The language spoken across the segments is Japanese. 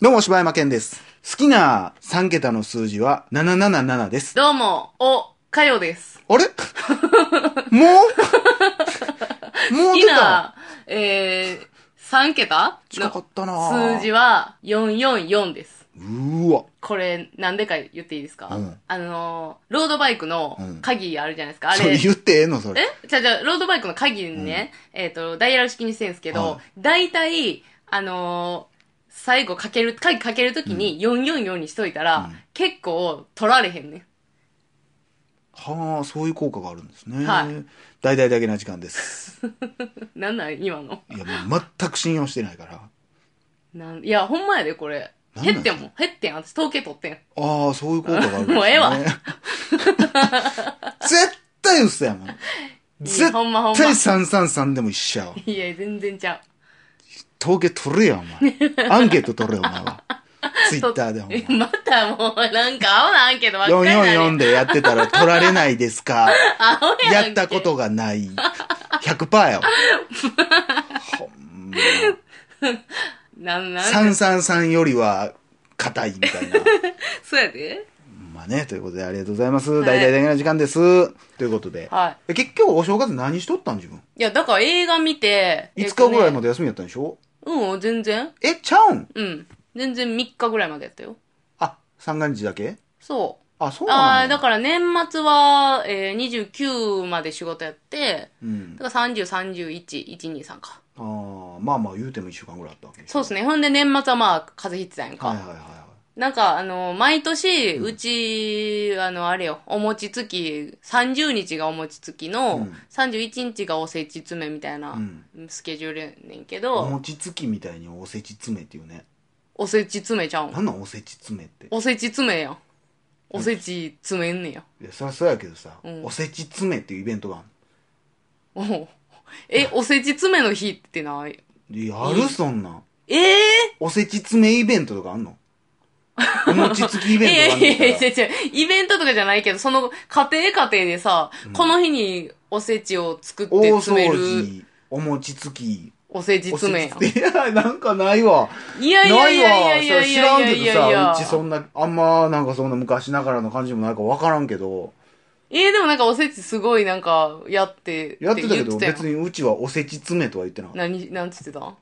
どうも、柴山健です。好きな3桁の数字は777です。どうも、お、かよです。 あれもうも好うき出たな、えー、3桁近かのったなぁ数字は444です。うーわ。これ、なんでか言っていいですか、うんあのー、ロードバイクの鍵あるじゃないですか。あそれれ、言ってええのそれ。えじゃあじゃあロードバイクの鍵にね、えっ、と、ダイヤル式にしてるんですけはど、大体、あのー最後かける、鍵かけるときに444にしといたら、うん結構取られへんね。はあ、そういう効果があるんですね。はい大々だけな時間です。なんなん今の。いや、もう全く信用してないから。なんいや、ほんまやで、これ。なんなん減ってんもん。減ってん。私、統計取ってん。ああ、そういう効果があるんです、ね。もうええわ絶対嘘やもん。絶ほんまほんま対333でも一緒やわ。いや、全然ちゃ統計取れや、お前。アンケート取れよ、お 前は。ツう。イッターで、ほんとまたもう、なんか、青なアンケートばっかりま。やね444でやってたら取られないです か青やんけやったことがない。100%やわ。 ほんま。なんなん333よりは硬いみたい な。そうやで。まあね、ということでありがとうございます。い大々的な時間です。ということで。はえ結局お正月何しとったん自分。い。いや、だから映画見て、 5日ぐらいまで。で休みやったんでしょうん、全然。え、ちゃうんうん。全然3日ぐらいまでやったよ。あ、三が日だけそ。あ、そううあなあー、んだだから年末は、えー、29まで仕事やって、うん。だから30、31、123か。ああ、まあまあ言うても一週間ぐらいあったわけそうですね。ほんで年末はまあ、風邪ひいてたやんか。はいはいはいはなんか、あの、毎年、うち、あの、あれよ、お餅つき、30日がお餅つきの、うん31日がおせち詰めみたいなうん、スケジュールやねんけい。ど、お餅つきみたいにおせち詰めっていうね。おせち詰めちゃうんな。んなんおせち詰めって。おせち詰めやん。おせち詰めんねや。いや、そりゃそうやけどさ、うんおせち詰めっていうイベントがあおうえ、おせち詰めの日ってないんのやるそんなん。ええおせち詰めイベントとかあんのお餅つきイいやベントがあんいやいのや、違う違うイベントとかじゃないけど、その、家庭家庭でさ、この日におせちを作って大詰め掃る、除、お餅つき、おせちおせ詰めやん。ちいや、なんかないわ。いやいやいやいやいやいやいやいやい知やらんけどさ、うちそんな、あんまなんかそんな昔ながらの感じもないから分からんけど、えー、でもなんかおせちすごいなんかやってやってたけど、やん別にうちはおせち詰めとは言ってなかった。何なんつってた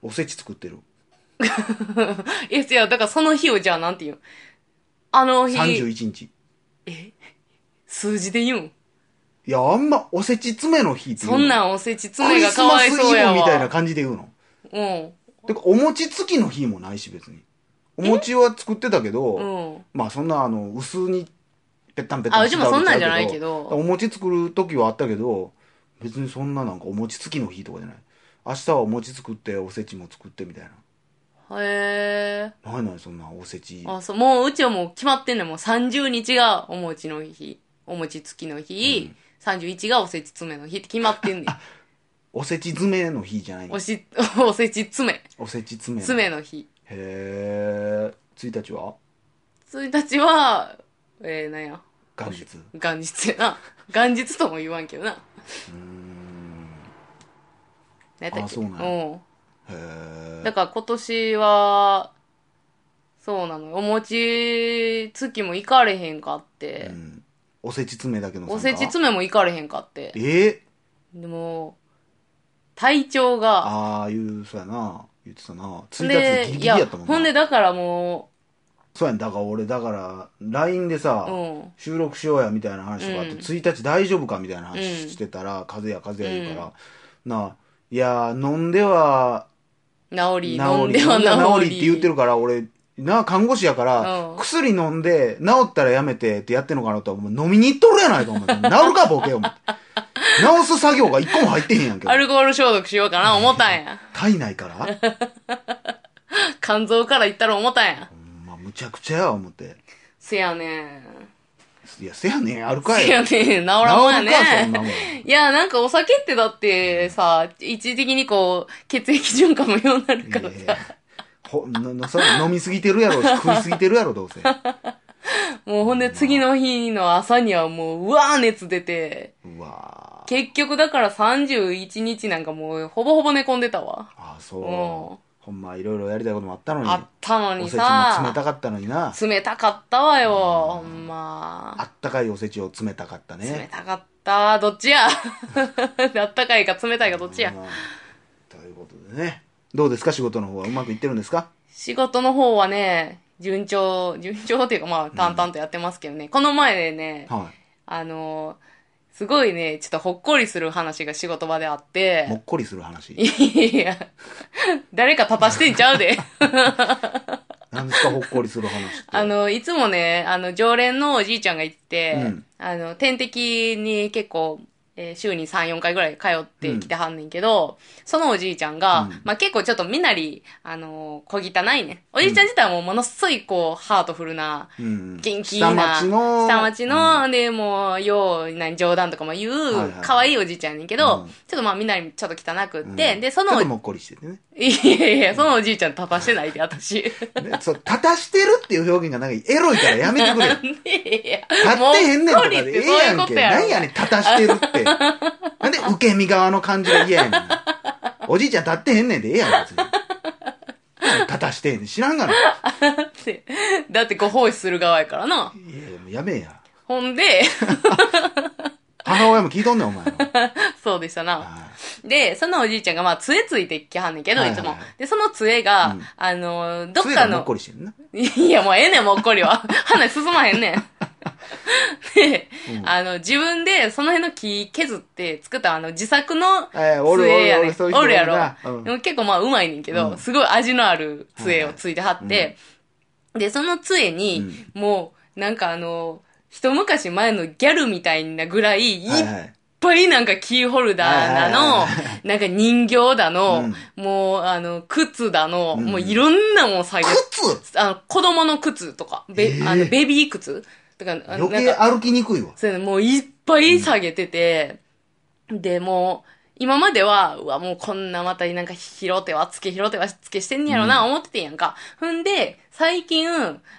おせち作ってる。えいやだからその日をじゃあなんて言うんあの日31日。数字で言うんいや、あんまおせち詰めの日っていうそのんなんおせち詰クめリがスかマわスいイブそうやわみたいな感じで言うの。てか、お餅つきの日もないし、別に。お餅は作ってたけど、うんうんまあそんなあの薄にぺったんぺったんあうちもそんなんじゃないけどだからお餅作る時はあったけど別にそんななんかお餅つきの日とかじゃない明日はお餅作っておせちも作ってみたいへえなないないそんなおせちあそうもううちはもう決まってんねんもう30日がお餅の日お餅つきの日、31がおせち詰めの日って決まって んねんおせち詰めの日じゃないのおし おせち詰めおせち詰めの詰めの日へえ1日は1日はえー、なんや元日元日やな。 元日とも言わんけどな。何やったっけあそうなんやうん。へえだから今年は、そうなのよ。お餅つきも行かれへんかって。うんおせち詰めだけの参加おせち詰めも行かれへんかって。えー、でも、体調が。ああいうそうやな言ってたな1日で、ギリギいリや、やったもんなほんでだからもそうやんだから俺だから LINE でさ、う、うん。収録しようやみたいな話とかあって、うん1日大丈夫かみたいなう話んしてたら、風邪や風邪や言うから、なあいやー飲んでは治治り、り飲んでは飲んは治治り。りって言ってるから俺なあ看護師やから、うん薬飲んで治ったらやめてってやってんのかなとはもう飲みに行っとるやないかお前治るかボケお前治す作業が一個も入ってへん やんけどアルコール消毒しようかな思ったん や。体内から、肝臓から行ったら思ったんや。うんまあ、むちゃくちゃや思ってせやねん。いやせやねんあるかいせや治ねん、治らるんわかやそんなもね。んいや、なんかお酒ってだってさ、一時的にこう、血液循環もようになるからいさや、ほななそれ飲みすぎてるや ろし食いすぎてるやろどうせうもうほんで次の日の朝にはもう、うわー熱出て、わ結局だから31日なんかもうほぼほぼ寝込んでたわ。ああ、うそん。う。ほんま、いろいろやりたいこともあったのに。あったのおにせちもさ冷、たかったのにな。冷たかったわよ、ほうんんま。あったかいおせちを冷たかった冷ね。たかった。どっちや あったかいか冷たいかどっちやうん。ということでね。どうですか仕事の方はうまくいってるんですか仕事の方はね、順調、順調っていうかまあ淡々とやってますけどね。この前ね、はあの、すごいね、ちょっとほっこりする話が仕事場であってい。も。っこりする話。いや、誰か立たしてんちゃ うで。何ですかほっこりする話って。あの、いつもね、あの、常連のおじいちゃんがいて、うんあの、点滴に結構、えー週に3、4回ぐらい通ってきてはんねんけど、そのおじいちゃんが、うんまあ結構ちょっとみなり、あの、小汚いね。おじいちゃん自体はもうものすごいこう、ハートフルな、うん、元気下な、町の。下町うんの、で、もう、よう、何、冗談とかも言はいはうい、可愛いおじいちゃんやねんけど、うんちょっとまあみなりちょっと汚くっうんて、で、そちょのっと、もっこりしててね。いやいや、そのおじいちゃん立たしてないで、私。ねそう、立たしてるっていう表現がなんかエロいからやめてく れよ。立いやってへんねんとかでもっこりっえてえそういやうんこけ。とやろ何やねん、立たしてるって。なんで受け身側の感じが嫌やねん。おじいちゃん立ってへんねんでええやん、別に。立たしてへんねん。知らんがな。いだって、だってご奉仕する側やからな。やいや、もうやめえや。ほんで、 母親も聞いとんねん、お前の。そうでしたな。あで、そのおじいちゃんが、まあ、杖ついてきはんねんけど、はいいはいつはいも。で、その杖が、うんあのー、あどっ杖がかもっの、こりしてんな。いや、もうええねん、もうっこりは。 話進まへんね ん。で、うんあの、自分でその辺の木削って作ったあの自作のえーおるお杖るやおねる、んそういう人おるやろな。う。んでも結構まあうまいねんけうんど、すごい味のある杖をついてはっはいはて、で、その杖に、もう、なんかあの、一昔前のギャルみたいなぐらい、いはいっはい。ぱいなんかキーホルダーだはのいはい、なんか人形だのうん、もうあの、靴だの、うんもういろんなもん作業靴あの、子供の靴とか、べえーあのベビー靴とか、あの余なん計か、歩きにくいわ。そういうのもういっぱい下げてて、で、もう、今までは、うわ、もうこんなまたなんか拾ってはつけ、拾ってはつけしてんねやろな、思っててんやんか。ふんで、最近、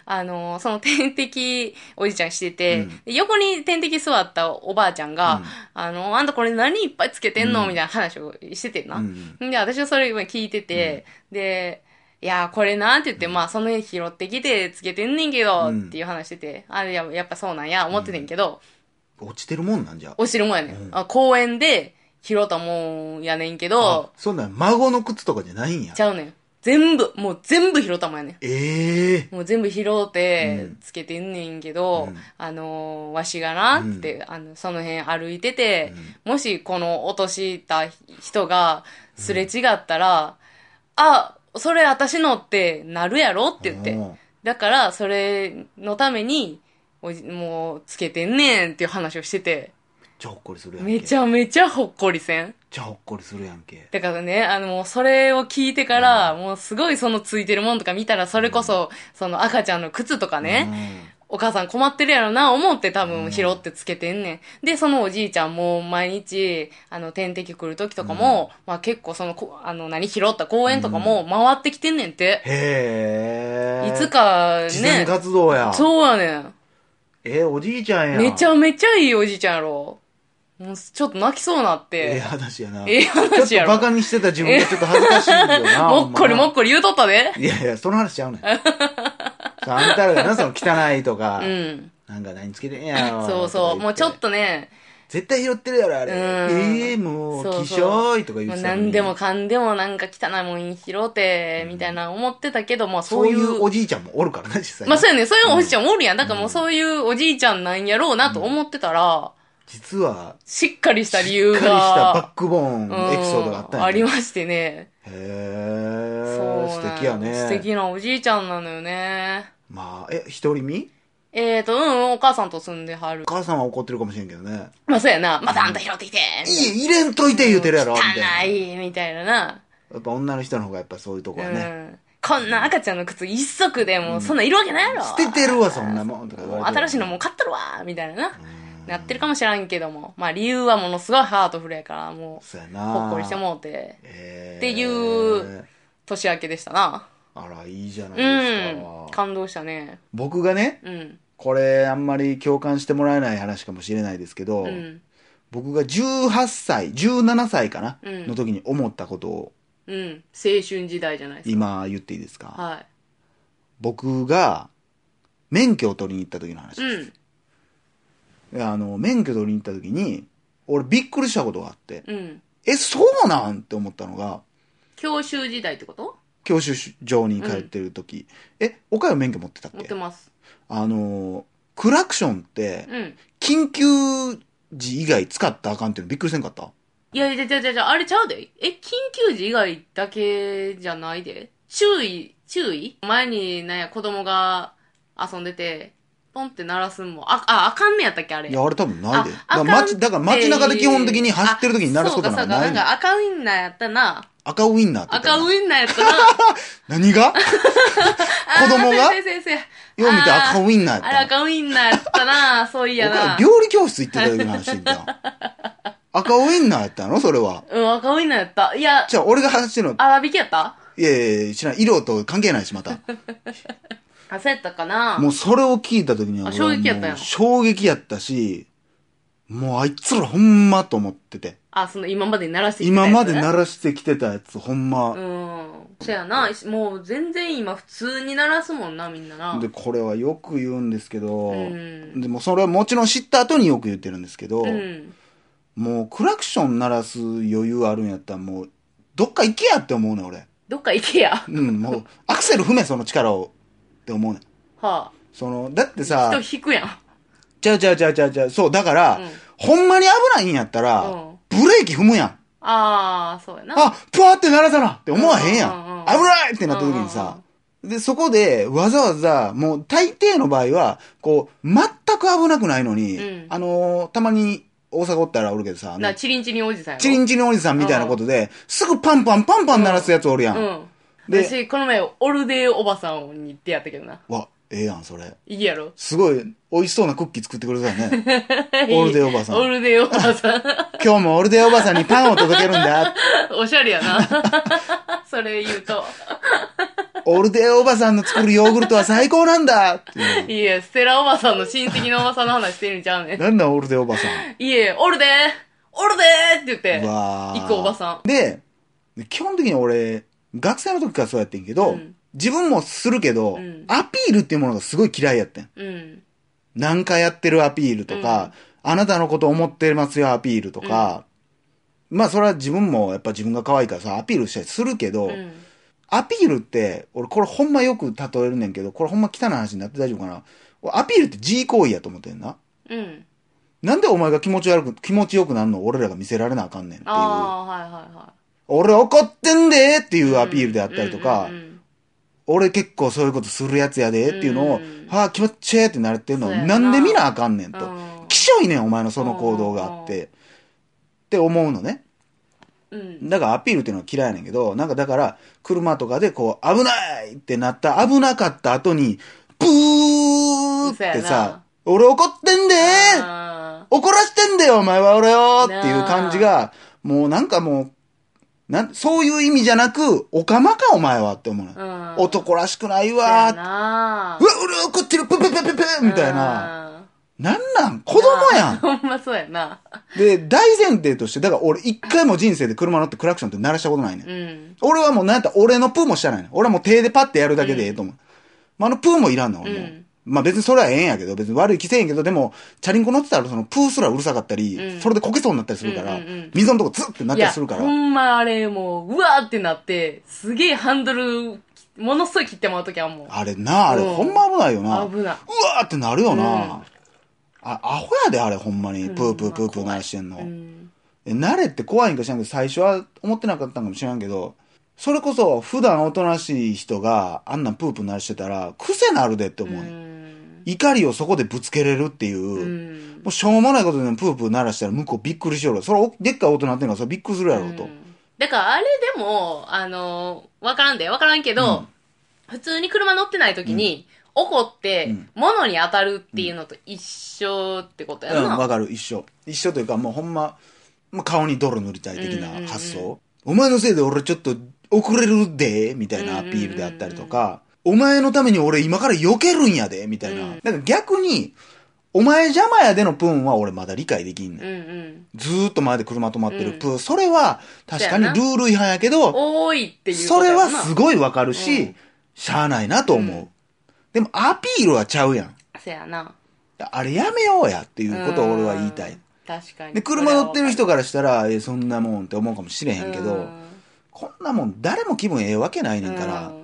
あの、その点滴、おじちゃんしてうて、んで横に点滴座ったおばあちゃんが、うんあの、あんたこれ何いっぱいつけてんの、うんみたいな話をしててんな。うんで、私はそれ今聞いてて、で、いやー、これなって言って、まあ、その辺拾ってきて、つけてんねんけど、うんっていう話してて、あ、いや、やっぱそうなんや、思っててんけど、落ちてるもんなんじゃ。お汁もやねん。うんあ公園で拾ったもんやねんけどあ、そんなん孫の靴とかじゃないんやち。ゃうねん。全部、もう全部拾ったもんやねええん。もう全部拾うてうん、つけてんねんけど、うんあのー、わしがな、つって、あの、その辺歩いてて、もしこの落とした人がすれ違ったら、あ、それ私のってなるやろって言って。うんだから、それのために、おじもう、つけてんねんっていう話をしてて、じゃあほっこりするやんけ。めちゃめちゃほっこりせん。じゃあほっこりするやんけ。だからね、あの、もうそれを聞いてから、もうすごいそのついてるもんとか見たら、それこそ、その赤ちゃんの靴とかね、お母さん困ってるやろな、思って多うん分拾ってつけてんねん。で、そのおじいちゃんも毎日、あの、点滴来る時とかも、まあ結構そのこ、あの、何拾った公園とかも回ってきてんねんって。うん。へえ。いつか慈善ね、活動や。そうやねん。えーおじいちゃんや。めちゃめちゃいいおじいちゃんやろ。もうちょっと泣きそうなっええて。話やな。ええ話ちょやっろとバ。カにしてた自分がちょっと恥ずかしいんだよな。 もっこりもっここり言うとったで。り。いやいや、その話ちゃうねん。そうあんたらがな、その汚いとかう、ん。なんか何つけてんやろそうそう。もうちょっ。とね、絶対拾ってるやろ、あれ。うんええ、もそうう、そうきしょいとか言もっうてたのに。何でもかんでもなんか汚いもん拾うて、みたいな思ってたけど、まあそそうういいうおう。じいちゃんもおるからな、実際に。まあそうやね、そういうおじいちゃんおるやん。だからもうそういうおじいちゃんなんやろうなと思ってたら、実は、しっかりした理しっ由かが。りしたバックボーンエピソードがあったんうんやあねりましてね。へそうえ、なんよ素敵やね。素敵なおじいちゃんなのよね。まあ、え、一人身えーと、うん、お母さんと住んではるお。母さんは怒ってるかもしれんけどね。まあそうやな。またあんた拾ってきて。いい、入れんといて言うてるやろ、みたいな。汚い、みたいなな。やっぱ女の人の方がやっぱそういうとこはね。うん。こんな赤ちゃんの靴一足でもうそんなんいるわけないやろ。捨ててるわ、そんなもんとか言もわれうて。新しいのもう買ったるわみたいなな。なってるかもしらんけども。まあ理由はものすごいハートフルやから、もそうやう、な。ほっこりして。もうて、えー、っていう。年明けでしたな。あら、いいじゃないですうん。か。感動したね。僕がね、うん。これあんまり共感してもらえない話かもしれないですけど、うん。僕が18歳、17歳かな、うんの時に思ったことをうん。青春時代じゃないです今言っていいですか、か。は僕が免許を取りに行った時の話です。い。うん。いやあの、免許取りに行った時に、俺びっくりしたことがあって、うん。え、そうなんって思ったのが、教習時代ってこと教習場に通ってる時、え、岡山免許持ってたっ持っけてます。あの、クラクションって、うん。緊急時以外使ったらあかんっていうのびっくりせんかったいやいやいやいやいや、あれちゃうで。え、緊急時以外だけじゃないで。注意、注意前にね、子供が遊んでて、ポンって鳴らすんも、あ、あ、あかんねやったっけあれ。いや、あれ多分ないで。だあからあかんって街、だから街中で基本的に走ってる時に鳴らすことなんかあなそいうかそうか、なんのか赤ウインナーやったな。赤ウインナーって言った赤よなウインナーや ったな。何が子供があー先生先生よう見て赤ウインナーやっあれた赤ウインナーやったな。そういや僕なは。料理教室行ってた時の話してんじ ゃん。赤ウインナーやったのそれは。うん、赤ウインナーやった。いや、じゃあ、俺が話してるの、粗挽きやったいやいやいや知らん。色と関係ないし、また。あ、そうやったかな。もうそれを聞いた時にはあ衝撃やったんもやう衝撃やったし、もうあいつらほんまと思ってて。あ、その今まで鳴らしてきたや今まつで鳴らしてきてたやつ、ほんま。うん。そやな。もう全然今普通に鳴らすもんな、みんなな。で、これはよく言うんですけど、うんでもそれはもちろん知った後によく言ってるんですけど、うん。もうクラクション鳴らす余裕あるんやったらもう、どっか行けやって思うねん、俺。どっか行けや。うん、もう、 アクセル踏め、その力を。って思うねん。はその、だってあ。人さ、引くやん。ちゃうちゃうちゃうちゃうちゃう、そう、だから、うんほんまに危ないんやったら、うんブレーキ踏むやん。ああ、そうやな。あ、ぷわーって鳴らさなって思わへんやん。うんうんうん危ないってなった時にさ、で、そこで、わざわざ、もう大抵の場合は、こう、全く危なくないのに、うんあのーたまに大阪おったらおるけどさ、あのな、チリンチリンおじさんやろ。チリンチリンおじさんみたいなことで、すぐパンパンパンパン鳴らすやつおるやん。うん。で私、この前、オルデーおばさんに出会ったけどな。わ、ええやん、それ。いいやろ。すごい、美味しそうなクッキー作ってくれたよね。 オルデーおばさんオルデーおば さん。今日もオルデーおばさんにパンを届けるんだ。おしゃれ やな。それ言うと。オルデーおばさんの作るヨーグルトは最高なんだっていういえ、ステラおばさんの親戚のおばさんの話してるんちゃうねん。なんなんオルデーおばさん。いえ、オルデーオルデーって言って。うわー行くおばさで、基本的に俺、学生の時からそうやってんけど、うん自分もするけど、うんアピールっていうものがすごい嫌いやってん。ん。うん。何回やってるアピールとか、あなたのこと思ってますよアピールとか、まあそれは自分もやっぱ自分が可愛いからさ、アピールしたりするけど、うん。アピールって、俺これほんまよく例えるねんけど、これほんま汚い話になって大丈夫かな。俺アピールって G 行為やと思ってんな。うん。なんでお前が気持ち悪く、気持ちよくなるの俺らが見せられなあかんねんっていう。ああー、はいはいはい。俺怒ってんでっていうアピールであったりとか、うんうん俺結構そういうことするやつやでっていうのを、うんはあ、気持ちええってなれてるのをそうやななんで見なあかんねんうと。んきしょいねん、お前のその行動があって。って思うのね。うんうんだからアピールっていうのは嫌いやねんけど、なんかだから、車とかでこう、危ないってなった、危なかった後に、ブーってそうやさな、俺怒ってんであ怒らしてんだよ、お前は俺をっていう感じが、もうなんかもう、なん、そういう意味じゃなく、おかまかお前はって思うのよ、ーうん。男らしくないそうわやーうわ、な俺怒ってる、プププププみたいな。な。なんなん子供やんほん まそうやな。で、大前提として、だから俺一回も人生で車乗ってクラクションって鳴らしたことないねん。うん。俺はもうなんやったら俺のプーもしたないねん。俺はもう手でパッてやるだけでええと思う。まあ、あのプーもいらんの、俺も。うんまあ別にそれはええんやけど、別に悪い気せえへんけど、でも、チャリンコ乗ってたらそのプーすらうるさかったり、うんそれでこけそうになったりするから、うんうんうん溝のとこツッってなっいたや、りするから、ほんまあれもう、うわーってなって、すげえハンドル、ものすごい切ってもらうときはもう、あれなあ、れうんほんま危ないよな。危ないうわーってなるよな。うんあ、アホやで、あれほんまに、うんプープープープー鳴らしてんの。うん。え慣れって怖いんか知らんけど、最初は思ってなかったんかもしれんけど、それこそ普段おとなしい人があんなんプープー鳴らしてたら、癖なるでってう思うねんん。怒りをそこでぶつけれるっていう、うんもうしょうもないことでもプープー鳴らしたら向こうびっくりしよるそれおでっかい音なってんからそれびっくりするやろうと、うんだからあれでも、あのー、わからんで、わからんけど、うん普通に車乗ってない時に、怒って、うん物に当たるっていうのと一緒ってことやうんわ、な。かる一緒一緒というかもうほんま、まあ、顔に泥塗りたい的なうんうんうん発想、お前のせいで俺ちょっと遅れるでみたいなアピールであったりとか、お前のために俺今から避けるんやでみたいな、うんなんか逆にお前邪魔やでのプーンは俺まだ理解できんねん。うんうん。ずーっと前で車止まってるうんプーン。それは確かにそルうやなール違反やけど、多いっていうこそとれやろはな。すごいわかるし、うんしゃあないなと思う。うんでもアピールはちゃうやん。せやな。あれやめようやっていうことを俺は言いたういん。。確かに。で、車乗ってるそ人からしたら、え、そんなもんって思うかもしれへれはんわけかるど、こんなもん誰も気分ええわけないねんから、うん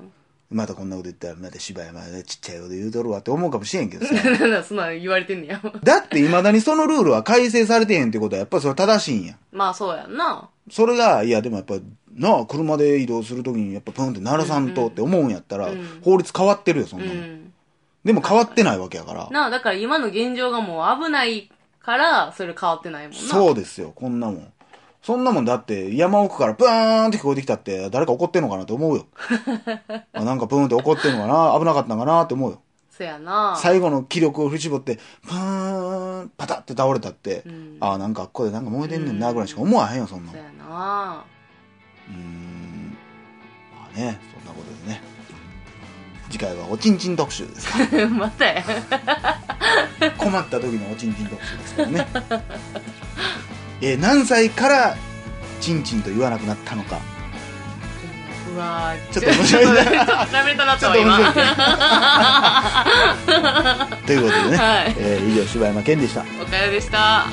またこんなこと言ったら、また芝居までちっちゃいこと言うとるわって思うかもしれんけど さ。なん だ、そんなん言われてんねや。だって未だにそのルールは改正されてへんってことはやっぱりそれは正しいんや。まあ、そうやんな。それが、いやでもやっぱ、なあ、車で移動するときにやっぱプンって鳴らさんとって思うんやったら、うん法律変わってるよ、そんうなの、ん。でも変わってないわけやから。なあ、だから今の現状がもう危ないから、それ変わってないもんな。そうですよ、こんなもん。そんなもんだって、山奥からブーンって聞こえてきたって、誰か怒ってんのかなって 思うよ。あなんかブーンって怒ってんのかな、危なかったんかなって思うよ。せやな。最後の気力を振り絞って、パーン、パタって倒れたって、うんああ、なんかここでなんか燃えてんねんなぐらいしか思わへんよ、そんなそもん。やな。 うーんまあねそんなことでね次回はおちんちん特集です かまたや。困った時のおちんちん特集ですからねえー何歳からちんちんと言わなくなったのかうわーちょっと面白いねちょっと喋れたなちとょっはと今。面白いはね ということでね、い。えー以上柴山健でしたおかよでした。